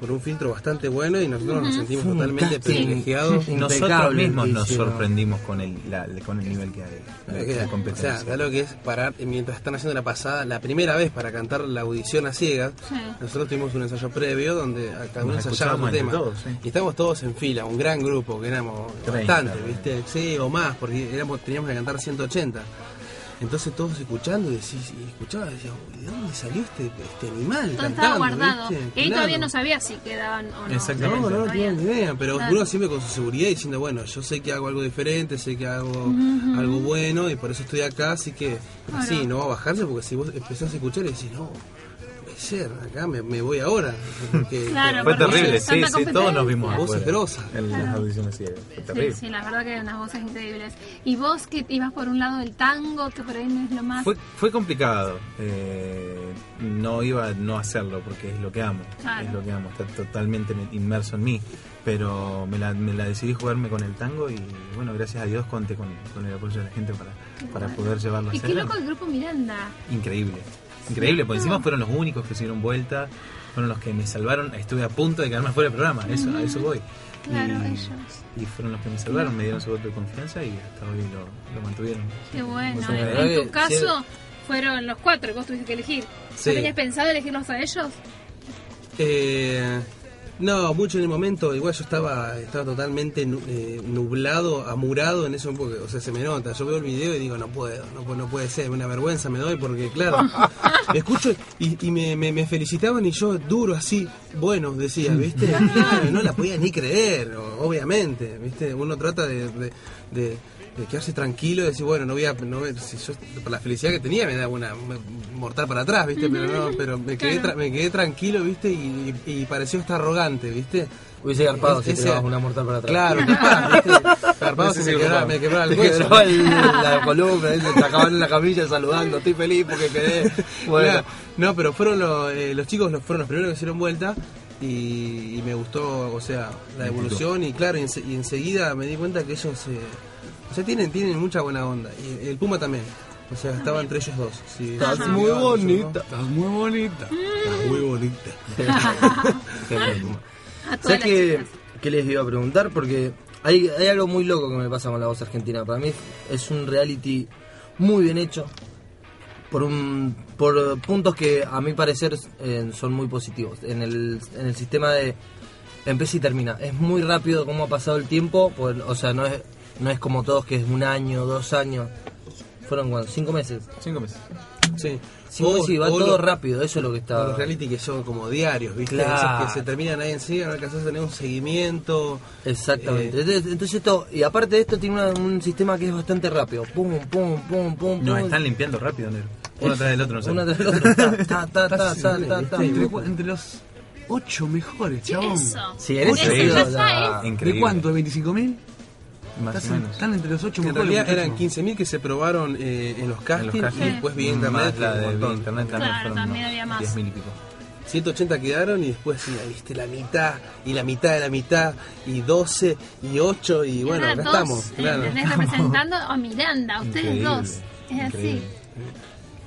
Speaker 7: por un filtro bastante bueno y nosotros nos sentimos
Speaker 3: Fue un
Speaker 7: totalmente
Speaker 3: casting.
Speaker 7: privilegiados.
Speaker 3: Sí.
Speaker 6: Nosotros
Speaker 3: Impecable,
Speaker 6: mismos nos
Speaker 3: hicieron.
Speaker 6: sorprendimos con el, la- la- con el nivel que hay. la-
Speaker 7: Lo que-
Speaker 6: la
Speaker 7: o
Speaker 6: competencia.
Speaker 7: sea, da lo que es parar eh, mientras están haciendo la pasada, la primera vez para cantar la audición a ciegas.
Speaker 5: Sí.
Speaker 7: Nosotros tuvimos un ensayo previo donde a cada uno
Speaker 6: Nos
Speaker 7: ensayaba
Speaker 6: escuchábamos
Speaker 7: un tema.
Speaker 6: entre todos, sí.
Speaker 7: Y estábamos todos en fila, un gran grupo, que éramos
Speaker 6: 30,
Speaker 7: bastante, ¿viste? Sí, o más, porque éramos, teníamos que cantar 180. Entonces todos escuchando y decís, y escuchaba y decía, "Uy, ¿de dónde salió este, este animal?
Speaker 5: Todo estaba
Speaker 7: cantando,
Speaker 5: guardado.
Speaker 7: ¿viste?
Speaker 5: Y ahí
Speaker 7: Claro.
Speaker 5: todavía no sabía si quedaban o no.
Speaker 6: Exactamente.
Speaker 7: No, no, no
Speaker 5: Todavía.
Speaker 7: tienen idea, pero
Speaker 5: Claro.
Speaker 7: uno siempre con su seguridad diciendo, bueno, yo sé que hago algo diferente, sé que hago algo bueno y por eso estoy acá, así que
Speaker 5: Claro.
Speaker 7: sí, no va a bajarse porque si vos empezás a escuchar y decís, no, no puede ser, acá me, me voy ahora. Porque,
Speaker 5: Claro,
Speaker 6: fue
Speaker 5: porque
Speaker 6: terrible,
Speaker 5: es tanta
Speaker 6: sí, sí, todos nos vimos
Speaker 5: competencia.
Speaker 7: Voces
Speaker 6: afuera
Speaker 7: grosas.
Speaker 6: En las
Speaker 5: Claro.
Speaker 6: audiciones ciegas. Fue
Speaker 5: Sí,
Speaker 6: terrible.
Speaker 5: sí, la verdad que hay unas voces increíbles. Y vos que te ibas por un lado del tango, que por ahí no es lo más...
Speaker 6: Fue, fue complicado. eh, no iba a no hacerlo porque es lo que amo.
Speaker 5: Claro.
Speaker 6: Es lo que amo. Está totalmente me- inmerso en mí. Pero me la, me la decidí jugarme con el tango y bueno, gracias a Dios conté con, con el apoyo de la gente para, para
Speaker 5: bueno.
Speaker 6: poder llevarlo
Speaker 5: y
Speaker 6: hacia
Speaker 5: qué loco
Speaker 6: adelante.
Speaker 5: el grupo Miranda.
Speaker 6: Increíble. Increíble, porque encima fueron los únicos que se dieron vuelta, fueron los que me salvaron. Estuve a punto de quedarme fuera del programa, eso, a eso voy.
Speaker 5: Claro,
Speaker 6: y,
Speaker 5: ellos.
Speaker 6: y fueron los que me salvaron, me dieron su voto de confianza y hasta hoy lo, lo mantuvieron.
Speaker 5: Qué bueno.
Speaker 6: Sí,
Speaker 5: en,
Speaker 3: verdad
Speaker 5: en
Speaker 3: que
Speaker 5: tu caso fueron los cuatro que vos tuviste que elegir.
Speaker 7: Sí.
Speaker 5: ¿No tenías pensado elegirlos a ellos?
Speaker 7: Eh, no, mucho en el momento, igual yo estaba, estaba totalmente nu- eh, nublado, amurado en eso, porque, o sea, se me nota, yo veo el video y digo, no puedo, no, pu- no puede ser, una vergüenza me doy, porque claro, me escucho y, y me, me- me felicitaban y yo duro así, bueno, decía, ¿viste? Claro, no la podía ni creer, o- obviamente, ¿viste? Uno trata de... de- de- de quedarse tranquilo y decir, bueno, no voy a. No, voy- si yo, por la felicidad que tenía, me da una me- mortal para atrás, ¿viste? Pero no, pero me quedé, tra- me quedé tranquilo, ¿viste? Y, y- y pareció hasta arrogante, ¿viste?
Speaker 3: Hubiese garpado si
Speaker 7: Ese-
Speaker 3: te dabas una mortal para atrás.
Speaker 7: Claro, capaz, ¿viste? Garpado
Speaker 3: Sí,
Speaker 7: se
Speaker 3: sí,
Speaker 7: me quebraba,
Speaker 3: garpado.
Speaker 7: me quebraba
Speaker 3: Te
Speaker 7: el hueso.
Speaker 3: quebró el- la columna, ¿eh? te acabaron en la camilla saludando, estoy feliz porque quedé. Bueno,
Speaker 7: Claro. No, pero fueron los, eh, los chicos los, fueron los primeros que hicieron vuelta y, y me gustó, o sea, la evolución y claro, y, ense- y enseguida me di cuenta que ellos, eh, o sea, tienen, tienen mucha buena onda. Y el Puma también, o sea, estaba entre ellos dos. sí.
Speaker 3: Estás
Speaker 7: Sí,
Speaker 3: muy
Speaker 7: yo, ¿no?
Speaker 3: bonita.
Speaker 4: Estás muy bonita.
Speaker 6: Mm.
Speaker 7: Estás muy bonita.
Speaker 5: A todas
Speaker 3: ¿Sabes
Speaker 5: las
Speaker 3: qué,
Speaker 5: chicas.
Speaker 3: qué les iba a preguntar? Porque hay, hay algo muy loco que me pasa con la voz argentina. Para mí es un reality muy bien hecho. Por, un, por puntos que a mi parecer eh, son muy positivos. En el, en el sistema de empieza y termina. Es muy rápido cómo ha pasado el tiempo. por- o sea, no es, no es como todos que es un año, dos años. Fueron cuánto, cinco meses.
Speaker 6: Cinco meses.
Speaker 7: Sí.
Speaker 3: Cinco
Speaker 7: O-
Speaker 3: meses y va
Speaker 7: o
Speaker 3: todo
Speaker 7: lo-
Speaker 3: rápido. Eso es lo que
Speaker 7: o
Speaker 3: está...
Speaker 7: los reality que son como diarios, ¿viste?
Speaker 3: Claro.
Speaker 7: Esos que se terminan ahí enseguida, no alcanzás a tener un seguimiento.
Speaker 3: Exactamente.
Speaker 7: Eh,
Speaker 3: Entonces, entonces esto, y aparte de esto tiene una- un sistema que es bastante rápido. Pum, pum, pum, pum,
Speaker 6: Nos
Speaker 3: pum.
Speaker 6: están limpiando rápido, Nero. Uno tras del otro, no sé.
Speaker 3: Uno tras el otro. Ta, ta, ta, ta, ta, ta, ta.
Speaker 4: Entre, cu- entre los ocho mejores,
Speaker 5: Sí,
Speaker 4: chabón.
Speaker 5: eso.
Speaker 3: Sí, en ese
Speaker 6: Increíble.
Speaker 5: eso ya
Speaker 3: sentido
Speaker 5: está,
Speaker 3: ya-
Speaker 5: ¿eh?
Speaker 6: Increíble.
Speaker 4: ¿De cuánto? ¿De 25.000?
Speaker 6: Más
Speaker 4: Estás
Speaker 6: o
Speaker 4: en-
Speaker 6: menos.
Speaker 4: Están entre los ocho
Speaker 7: En
Speaker 4: mejores.
Speaker 7: realidad eran
Speaker 4: muchachos.
Speaker 7: 15.000 que se probaron eh, en los
Speaker 6: En los
Speaker 7: castings
Speaker 6: castings. Mm,
Speaker 7: y después vi en
Speaker 6: Más
Speaker 7: internet.
Speaker 6: la de
Speaker 7: un
Speaker 6: vía
Speaker 7: montón.
Speaker 6: internet también
Speaker 5: Claro,
Speaker 6: fueron
Speaker 5: también
Speaker 6: unos
Speaker 5: había más.
Speaker 6: 10.000 y pico.
Speaker 7: 180 quedaron y después sí, ahí viste la mitad y la mitad de la mitad y 12 y 8 y bueno,
Speaker 5: Eran
Speaker 7: acá
Speaker 5: dos,
Speaker 7: estamos.
Speaker 5: eh,
Speaker 7: Claro.
Speaker 5: ¿entendés? representando a Miranda, a ustedes
Speaker 6: Increíble,
Speaker 5: dos. Es
Speaker 6: increíble.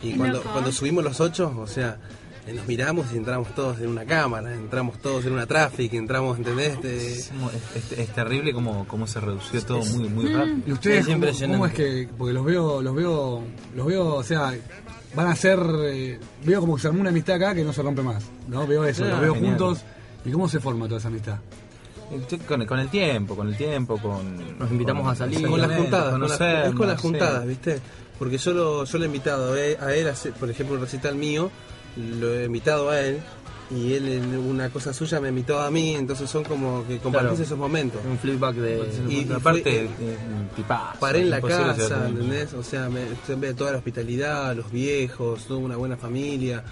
Speaker 7: Y
Speaker 5: Qué
Speaker 7: cuando,
Speaker 5: loco.
Speaker 7: cuando subimos los 8, o sea, eh, nos miramos y entramos todos en una cámara, entramos todos en una traffic, entramos, ¿entendés? Este,
Speaker 6: Es, es- es terrible como, como se redució todo muy, muy
Speaker 4: ¿Y
Speaker 6: rápido.
Speaker 4: ustedes
Speaker 3: Es
Speaker 4: cómo,
Speaker 3: impresionante.
Speaker 4: cómo es que.? Porque los veo, los veo, los veo, o sea, van a ser. eh, veo como que se armó una amistad acá que no se rompe más. ¿No? Veo eso,
Speaker 7: Ah,
Speaker 4: los veo
Speaker 6: genial.
Speaker 4: juntos. ¿Y cómo se forma toda esa amistad?
Speaker 5: Mm.
Speaker 6: Con, con el tiempo, con el tiempo, con...
Speaker 3: Nos invitamos
Speaker 6: con-
Speaker 3: a salir.
Speaker 7: con las
Speaker 6: exactamente,
Speaker 7: juntadas, con las-
Speaker 6: conocernos,
Speaker 7: es con las
Speaker 6: sí.
Speaker 7: juntadas, ¿viste? Porque yo lo, yo lo he invitado a él, a él a hacer, por ejemplo, un recital mío, lo he invitado a él y él en una cosa suya me invitó a mí, entonces son como que compartís
Speaker 3: Claro.
Speaker 7: esos momentos.
Speaker 3: Un flipback de...
Speaker 7: Y-
Speaker 6: Y,
Speaker 7: y fue-
Speaker 6: aparte, eh, tipazo,
Speaker 7: Paré en la
Speaker 6: imposible llegar
Speaker 7: casa,
Speaker 6: a tener-
Speaker 7: ¿entendés? O sea, me, siempre toda la hospitalidad, los viejos, toda una buena familia.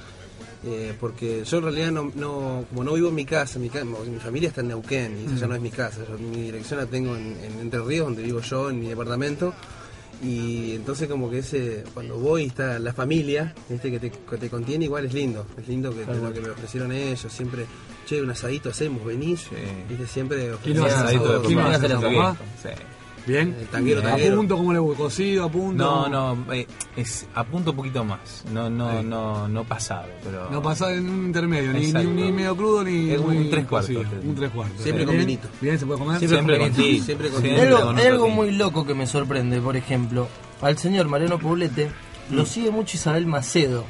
Speaker 7: eh, porque yo en realidad no, no- como no vivo en mi casa, mi, ca- mi familia está en
Speaker 6: Mm.
Speaker 7: Neuquén y esa ya no es mi casa. Yo mi dirección la tengo en, en Entre Ríos, donde vivo yo, en mi departamento. Y entonces como que ese, cuando voy está la familia, este que te, que te contiene igual es lindo, es lindo que lo que me ofrecieron ellos, siempre, che, un asadito hacemos, venís, viste, siempre
Speaker 4: ¿Quién lo
Speaker 7: ofrecían
Speaker 4: hace?
Speaker 7: asado.
Speaker 4: ¿Quién lo hace la
Speaker 6: Sí,
Speaker 7: ¿Ah?
Speaker 4: papá?
Speaker 6: sí.
Speaker 4: Bien.
Speaker 7: El tanguero,
Speaker 4: Bien.
Speaker 7: tanguero.
Speaker 4: A punto, ¿cómo le voy? Cocido, a punto.
Speaker 6: No, no, eh, es apunto un poquito más. No, no, no, no pasado, pero.
Speaker 4: No pasa en un intermedio, ni,
Speaker 6: Exacto.
Speaker 4: ni- ni medio crudo ni.
Speaker 6: Es un
Speaker 4: muy
Speaker 6: tres cuartos.
Speaker 4: cocido, Un tres cuartos.
Speaker 7: Siempre con
Speaker 4: Bien,
Speaker 7: vinito.
Speaker 4: Bien, se puede comer.
Speaker 6: Siempre, con
Speaker 7: con
Speaker 6: ti.
Speaker 7: ti, siempre con
Speaker 3: Hay algo,
Speaker 6: con
Speaker 3: hay algo
Speaker 6: nosotros.
Speaker 3: muy loco que me sorprende, por ejemplo, al señor Mariano Poblete
Speaker 6: Mm.
Speaker 3: lo sigue mucho Isabel Macedo.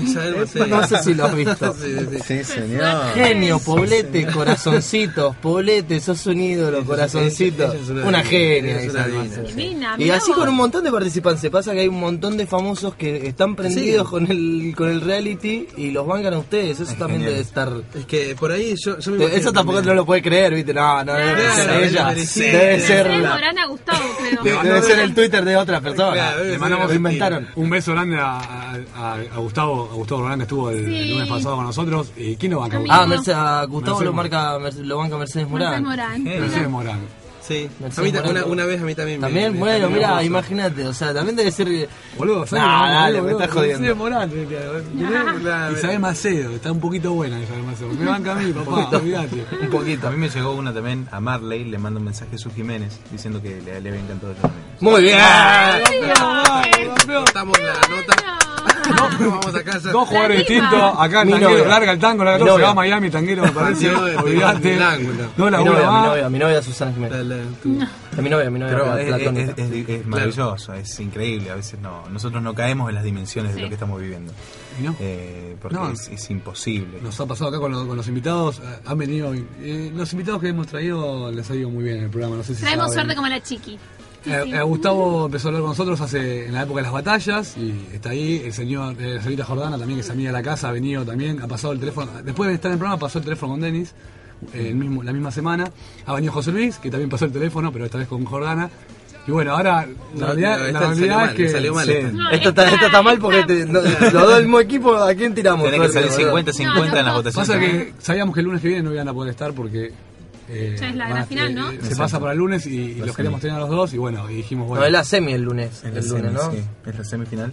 Speaker 7: Isabel Macedo.
Speaker 3: No sé si lo has visto.
Speaker 7: Sí, sí, sí.
Speaker 2: Sí,
Speaker 7: Ah.
Speaker 2: señor.
Speaker 3: Genio, Poblete, corazoncitos, Poblete, sos un ídolo, corazoncitos.
Speaker 7: ella es una
Speaker 3: Una
Speaker 7: divina,
Speaker 3: genia,
Speaker 7: ella es una
Speaker 3: Isabel
Speaker 7: divina.
Speaker 3: Macedo.
Speaker 5: Divina,
Speaker 3: Y
Speaker 5: mirá
Speaker 3: así
Speaker 5: vos.
Speaker 3: con un montón de participantes. Pasa que hay un montón de famosos que están prendidos con el con el reality y los bancan a ustedes. Eso también
Speaker 6: genial.
Speaker 3: debe estar.
Speaker 7: Es que por ahí yo, yo me
Speaker 3: te-
Speaker 7: imagino
Speaker 3: Eso tampoco
Speaker 7: también.
Speaker 3: no lo puede creer, ¿viste? No, no debe
Speaker 7: Claro,
Speaker 3: ser
Speaker 7: no
Speaker 3: ella.
Speaker 7: lo merecía.
Speaker 3: Debe
Speaker 7: Debe
Speaker 5: Ustedes
Speaker 3: ser. la-
Speaker 5: morirán a Gustavo, creo.
Speaker 3: Debe,
Speaker 7: No, no,
Speaker 3: ser
Speaker 7: no.
Speaker 3: el Twitter de otra persona.
Speaker 7: Claro, debe
Speaker 3: Le
Speaker 7: ser
Speaker 3: mandamos-
Speaker 7: una
Speaker 3: lo
Speaker 7: mentira.
Speaker 3: inventaron.
Speaker 4: Un beso grande a, a, a- a Gustavo, a Gustavo Roldán que estuvo el,
Speaker 5: Sí.
Speaker 4: lunes pasado con nosotros. ¿Y quién lo banca?
Speaker 5: Amigo.
Speaker 4: Gustavo?
Speaker 3: Ah, Merce- a Gustavo
Speaker 4: Mercedes
Speaker 3: lo marca Merce- lo banca Mercedes
Speaker 5: Marcel
Speaker 3: Morán.
Speaker 5: Morán.
Speaker 4: Mercedes Morán.
Speaker 7: Sí,
Speaker 3: Mercedes
Speaker 7: a mí ta-
Speaker 3: Morán.
Speaker 7: una, una vez a mí Eh, también. me-
Speaker 3: También,
Speaker 7: me-
Speaker 3: bueno,
Speaker 7: me
Speaker 3: mira,
Speaker 7: puso.
Speaker 3: imagínate, o sea, también debe ser
Speaker 4: Boludo, ¿sabes?
Speaker 3: Nah,
Speaker 4: lo que
Speaker 3: Ah, dale,
Speaker 4: boludo?
Speaker 3: me estás jodiendo.
Speaker 4: Mercedes Morán, te- te-
Speaker 7: Claro,
Speaker 4: Isabel Macedo, está un poquito buena Isabel Macedo. Me banca a mí, papá, olvídate.
Speaker 3: un poquito.
Speaker 6: A mí me llegó una también a Marley, le mando un mensaje a su Jiménez diciendo que le, le había encantado yo también.
Speaker 3: Muy bien.
Speaker 7: Cortamos la nota. No, pero vamos a casa.
Speaker 4: Dos jugadores
Speaker 5: La
Speaker 4: distintos,
Speaker 5: misma.
Speaker 4: acá el
Speaker 3: Mi
Speaker 4: tanguero,
Speaker 3: novia.
Speaker 4: larga el tango, larga el
Speaker 3: Mi
Speaker 4: tango, se va a
Speaker 3: novia.
Speaker 4: Miami, tanguero, me parece,
Speaker 7: Partido de
Speaker 4: olvidate.
Speaker 7: Milán,
Speaker 4: No la
Speaker 3: Mi novia, mi novia,
Speaker 4: más.
Speaker 3: mi novia Susana Jiménez.
Speaker 7: La- la- tu-
Speaker 3: Mi novia, mi novia
Speaker 6: Pero
Speaker 3: pla-
Speaker 6: es,
Speaker 3: platónica.
Speaker 6: es- es- es maravilloso, es increíble. A veces no, nosotros no caemos en las dimensiones de lo que estamos viviendo.
Speaker 4: Y no.
Speaker 6: Eh, porque
Speaker 4: No.
Speaker 6: es, es imposible.
Speaker 4: Nos ha pasado acá con los, con los invitados, eh, han venido, eh, los invitados que hemos traído les ha ido muy bien en el programa, no sé si
Speaker 5: Traemos
Speaker 4: saben.
Speaker 5: suerte como la chiqui.
Speaker 4: Eh, eh,
Speaker 3: uh,
Speaker 4: Gustavo empezó a hablar con nosotros hace en la época de las batallas y está ahí el señor, eh, la señorita Jordana también, que es amiga de la casa, ha venido también, ha pasado el teléfono, después de estar en el programa pasó el teléfono con Denis, eh, el mismo, la misma semana, ha venido José Luis, que también pasó el teléfono, pero esta vez con Jordana. Y bueno, ahora la
Speaker 7: No,
Speaker 4: realidad,
Speaker 7: no,
Speaker 4: la
Speaker 7: esta salió
Speaker 4: realidad
Speaker 7: mal,
Speaker 4: es que...
Speaker 7: salió mal
Speaker 4: sí.
Speaker 7: esta.
Speaker 5: No,
Speaker 3: Esto está, esto está mal porque te- no- los dos del mismo equipo, ¿a quién tiramos?
Speaker 6: Tiene que salir
Speaker 3: Suerte, boludo.
Speaker 6: 50-50 en la
Speaker 5: No,
Speaker 6: votación.
Speaker 4: Pasa que sabíamos que el lunes que viene no iban a poder estar porque... eh,
Speaker 5: Ya es la
Speaker 4: van a-
Speaker 5: gran final, ¿no?
Speaker 4: eh, Se
Speaker 6: Exacto.
Speaker 4: pasa para el lunes y, y los
Speaker 6: semi.
Speaker 4: queríamos tener a los dos y bueno, y dijimos, bueno...
Speaker 3: No, es la semi el lunes.
Speaker 6: En
Speaker 3: El
Speaker 6: la
Speaker 3: lunes,
Speaker 6: semi,
Speaker 3: ¿no?
Speaker 6: sí, es la semifinal.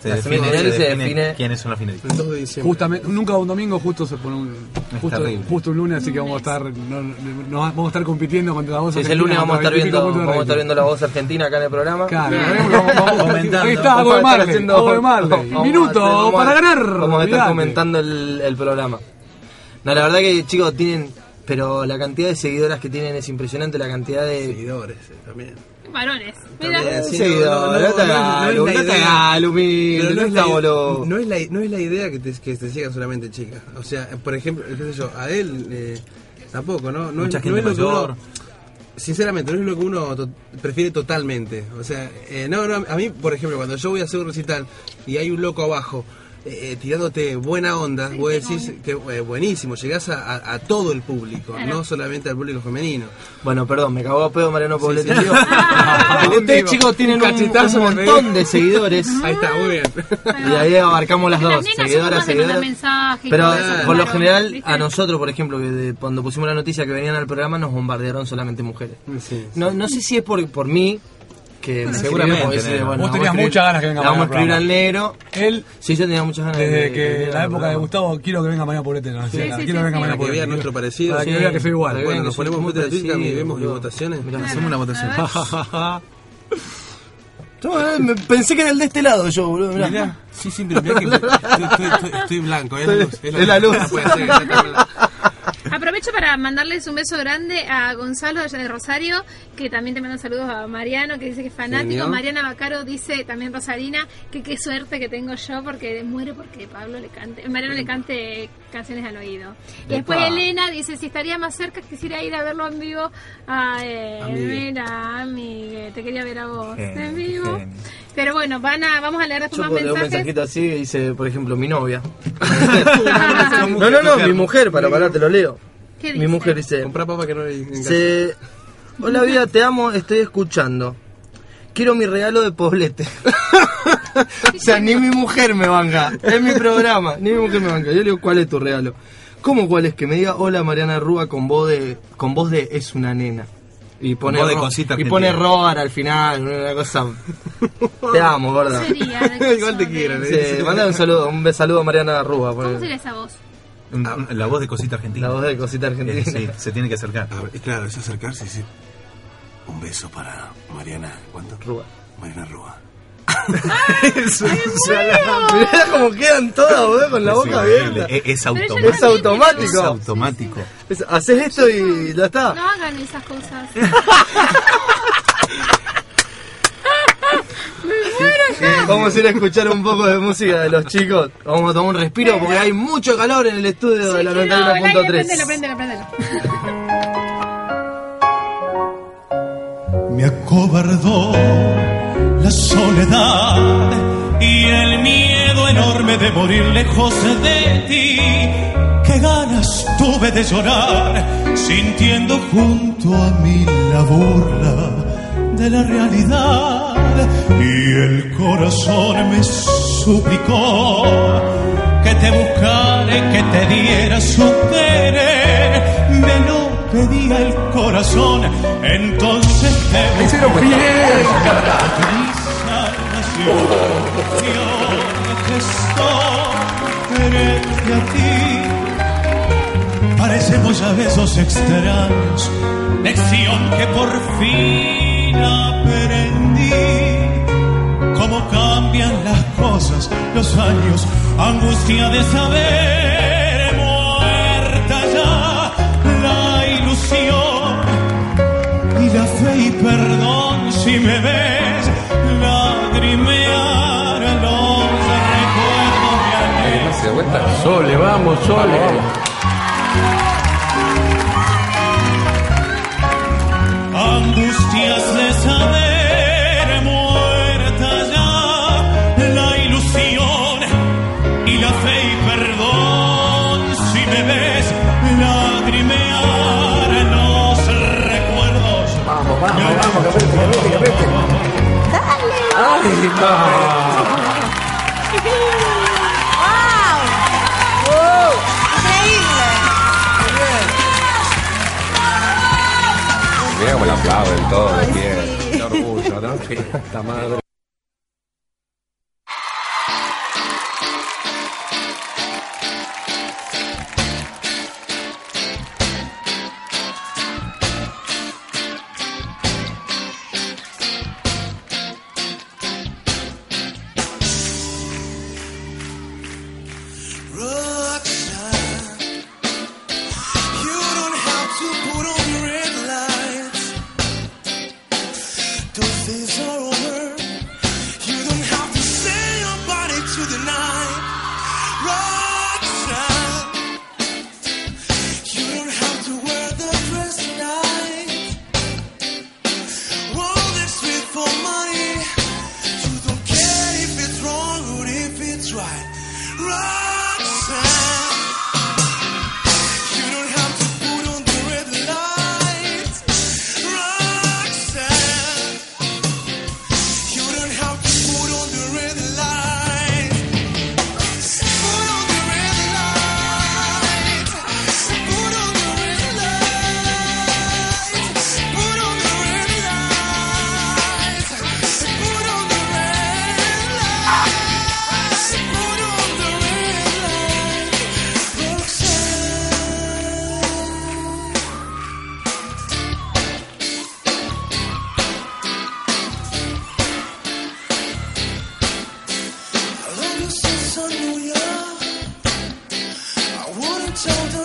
Speaker 6: Se
Speaker 3: La
Speaker 6: define-
Speaker 3: semifinal se
Speaker 6: define
Speaker 3: define-
Speaker 6: quiénes son los finalistas.
Speaker 7: el 2 de diciembre.
Speaker 4: Justamente, nunca un domingo, justo se pone un,
Speaker 6: Es
Speaker 4: justo,
Speaker 6: terrible.
Speaker 4: justo un lunes, así que vamos a estar, no, no- no vamos a estar compitiendo contra la voz.
Speaker 3: Sí, es el
Speaker 4: argentina
Speaker 3: lunes vamos a
Speaker 4: contra
Speaker 3: estar viendo,
Speaker 4: 25 puntos de
Speaker 3: vamos a estar
Speaker 4: rating.
Speaker 3: viendo la voz argentina acá en el programa.
Speaker 4: Claro, vamos, vamos,
Speaker 6: Comentando.
Speaker 4: Ahí está,
Speaker 3: Vamos
Speaker 4: algo de
Speaker 3: a estar
Speaker 4: Marley,
Speaker 3: haciendo-
Speaker 4: algo de Marley.
Speaker 3: vamos a
Speaker 4: Minuto
Speaker 3: hacer- vamos a-
Speaker 4: para ganar.
Speaker 3: Vamos a estar
Speaker 4: olvidate.
Speaker 3: comentando el, el programa. No, la verdad que chicos tienen, pero la cantidad de seguidoras que tienen es impresionante, la cantidad de
Speaker 7: seguidores eh, también.
Speaker 5: Varones.
Speaker 7: También,
Speaker 5: Mira.
Speaker 7: sí, no, no,
Speaker 3: seguidoras.
Speaker 7: no,
Speaker 3: No te
Speaker 7: no,
Speaker 3: hagas,
Speaker 7: no
Speaker 3: no
Speaker 7: es la
Speaker 3: te
Speaker 7: idea.
Speaker 3: hagas, humilde,
Speaker 7: Pero
Speaker 3: no
Speaker 7: no es, la,
Speaker 3: estás, boludo.
Speaker 7: no, es la, no es la idea que te, que te sigan solamente chicas. O sea, por ejemplo, qué sé yo, a él eh, tampoco, ¿no? No
Speaker 6: Mucha
Speaker 7: es, no
Speaker 6: gente
Speaker 7: es lo que
Speaker 6: mayor.
Speaker 7: uno- sinceramente, no es lo que uno to- prefiere totalmente. O sea, eh, no, no, a mí, por ejemplo, cuando yo voy a hacer un recital y hay un loco abajo eh, eh, tirándote buena onda, vos decís que eh, buenísimo, llegás a, a- a todo el público, no solamente al público femenino.
Speaker 3: Bueno, perdón, me cagó a pedo Mariano Poblete.
Speaker 7: sí.
Speaker 3: chicos. Ustedes chicos tienen
Speaker 7: Un
Speaker 3: un,
Speaker 7: cachetazo
Speaker 3: un
Speaker 7: en el
Speaker 3: montón de seguidores.
Speaker 7: Ahí está, muy bien.
Speaker 3: Y ahí abarcamos las
Speaker 5: Las
Speaker 3: dos,
Speaker 5: nenas son
Speaker 3: seguidoras,
Speaker 5: más de mandar
Speaker 3: seguidoras.
Speaker 5: mensajes y
Speaker 3: Pero eh,
Speaker 5: todo eso,
Speaker 3: por lo
Speaker 5: claro,
Speaker 3: general,
Speaker 5: ¿viste?
Speaker 3: a nosotros, por ejemplo, que de- cuando pusimos la noticia que venían al programa, nos bombardearon solamente mujeres.
Speaker 7: Sí.
Speaker 3: No, no sé si es por, por mí, que me
Speaker 6: Seguramente,
Speaker 3: escribieron, porque sí,
Speaker 6: nena.
Speaker 3: bueno, vamos
Speaker 4: Vos
Speaker 3: a
Speaker 4: tenías
Speaker 3: escribir-
Speaker 4: muchas ganas que venga
Speaker 3: le Vamos a escribir
Speaker 4: Mariano
Speaker 3: al negro.
Speaker 4: Él,
Speaker 3: Sí, yo tenía muchas ganas de-
Speaker 4: desde
Speaker 3: de
Speaker 4: que
Speaker 3: venga
Speaker 4: la
Speaker 3: al
Speaker 4: época de
Speaker 3: programa.
Speaker 4: Gustavo, quiero que venga Mariano Poblete. No,
Speaker 5: sí, sí,
Speaker 4: quiero que venga
Speaker 5: sí.
Speaker 4: Mariano
Speaker 5: Para
Speaker 7: que
Speaker 4: Poblete.
Speaker 7: vean nuestro parecido.
Speaker 4: Para que vean que soy igual.
Speaker 3: para que
Speaker 4: Bueno,
Speaker 3: vean que
Speaker 7: nos
Speaker 3: soy
Speaker 7: ponemos
Speaker 3: muy
Speaker 7: Twitter y
Speaker 3: parecido,
Speaker 7: vemos las
Speaker 3: boludo.
Speaker 7: votaciones.
Speaker 3: Mirá,
Speaker 5: Claro,
Speaker 3: hacemos una
Speaker 5: a
Speaker 3: votación.
Speaker 5: ver.
Speaker 3: Yo, eh, me- pensé que era el de este lado yo, boludo. mirá.
Speaker 7: sí, sí, mirá que estoy, estoy- estoy- estoy blanco, es la luz.
Speaker 3: es la luz.
Speaker 7: No puede ser, ya está blanco.
Speaker 5: Aprovecho para mandarles un beso grande a Gonzalo allá de Rosario, que también te manda saludos a Mariano, que dice que es fanático.
Speaker 7: Genio.
Speaker 5: Mariana Bacaro dice también Rosarina, que qué suerte que tengo yo porque muere porque Pablo le cante, Mariano le cante canciones al oído. Y después Elena dice si estaría más cerca quisiera ir a verlo en vivo a eh,
Speaker 7: Amigue.
Speaker 5: mira, amigue, te quería ver a vos
Speaker 6: Genio,
Speaker 5: en vivo.
Speaker 6: genio.
Speaker 5: Pero bueno, van a, vamos a leer después
Speaker 3: Yo
Speaker 5: más
Speaker 3: puedo leer un
Speaker 5: mensajes.
Speaker 3: mensajito así que dice, por ejemplo, mi novia. no, no, no, mi mujer, para parar, te lo leo.
Speaker 5: ¿Qué
Speaker 3: Mi
Speaker 5: dice?
Speaker 3: mujer dice,
Speaker 7: Comprá papa que no hay en casa.
Speaker 3: se... Hola vida, te amo, estoy escuchando. Quiero mi regalo de poblete. o sea, ni mi mujer me banca. Es mi programa, ni mi mujer me banca. Yo le digo, ¿cuál es tu regalo? ¿Cómo cuál es? Que me diga, hola Mariana Rúa con voz de, con voz de es una nena. Y pone,
Speaker 6: Voz de
Speaker 3: Ro-
Speaker 6: cosita
Speaker 3: y pone
Speaker 6: argentina.
Speaker 3: roar al final, una cosa. Te amo, gorda.
Speaker 5: Sería, ¿de qué
Speaker 7: Igual te
Speaker 5: son?
Speaker 7: quiero,
Speaker 5: ¿De-
Speaker 3: Sí, manda un saludo, un be- saludo a Mariana Rúa, por
Speaker 5: ¿Cómo sería esa voz?
Speaker 6: Un-
Speaker 8: Ah,
Speaker 6: un- La voz de cosita argentina.
Speaker 3: la voz de cosita argentina.
Speaker 6: Eh, sí, se tiene que acercar.
Speaker 8: Abre- Ah, Claro, es acercarse y decir. Un beso para Mariana. ¿Cuánto?
Speaker 3: Rúa.
Speaker 8: Mariana Rúa.
Speaker 3: Mirá cómo quedan todas, boludo, con la
Speaker 6: Es
Speaker 3: boca
Speaker 6: increíble. eh.
Speaker 3: abierta.
Speaker 6: Es, es
Speaker 5: Pero
Speaker 3: Es
Speaker 5: ellos
Speaker 6: automático.
Speaker 5: también tienen
Speaker 3: automático.
Speaker 6: Es
Speaker 5: voz.
Speaker 6: automático.
Speaker 3: Es- Haces esto y ya está.
Speaker 5: No hagan esas cosas.
Speaker 3: Vamos a ir a escuchar un poco de música de los chicos. Vamos a tomar un respiro porque hay mucho calor en el estudio de la
Speaker 5: Sí, quiero- ay,
Speaker 3: 91.3.
Speaker 5: préndelo, préndelo, préndelo.
Speaker 9: me acobardó la soledad y el miedo enorme de morir lejos de ti. Qué ganas tuve de llorar, sintiendo junto a mí la burla de la realidad. Y el corazón me suplicó que te buscara, que te diera su querer. Me lo pedía el corazón, entonces te busqué. Aterriza la ciudad, y ahora que estoy frente a ti. Parecemos ya besos extraños, lección que por fin aprendí. Cómo cambian las cosas, los años, angustia de saber, muerta ya la ilusión y la fe y perdón si me ves lagrimear los recuerdos de ayer.
Speaker 10: Sole, vamos, Sole.
Speaker 9: angustias de saber muerta ya la ilusión y la fe y perdón si me ves lagrimear los recuerdos vamos vamos vamos
Speaker 10: Mira cómo la aplauden todos, bien. Qué orgullo, ¿no? Sí, Esta madre.
Speaker 9: Roxanne, you don't have to put on red lights. Those days are over. You don't have to sell your body to the night. Roxanne, you don't have to wear the dress tonight. All this sweet for money. You don't care if it's wrong or if it's right. Roxanne, you don't have to put on the red light. Roxanne, you don't have to put on the red light. Put on the red light. Put on the red light. Put on the red light. Put on the red light. Put on the red light. Roxanne. I love you since I knew you. I wouldn't tell the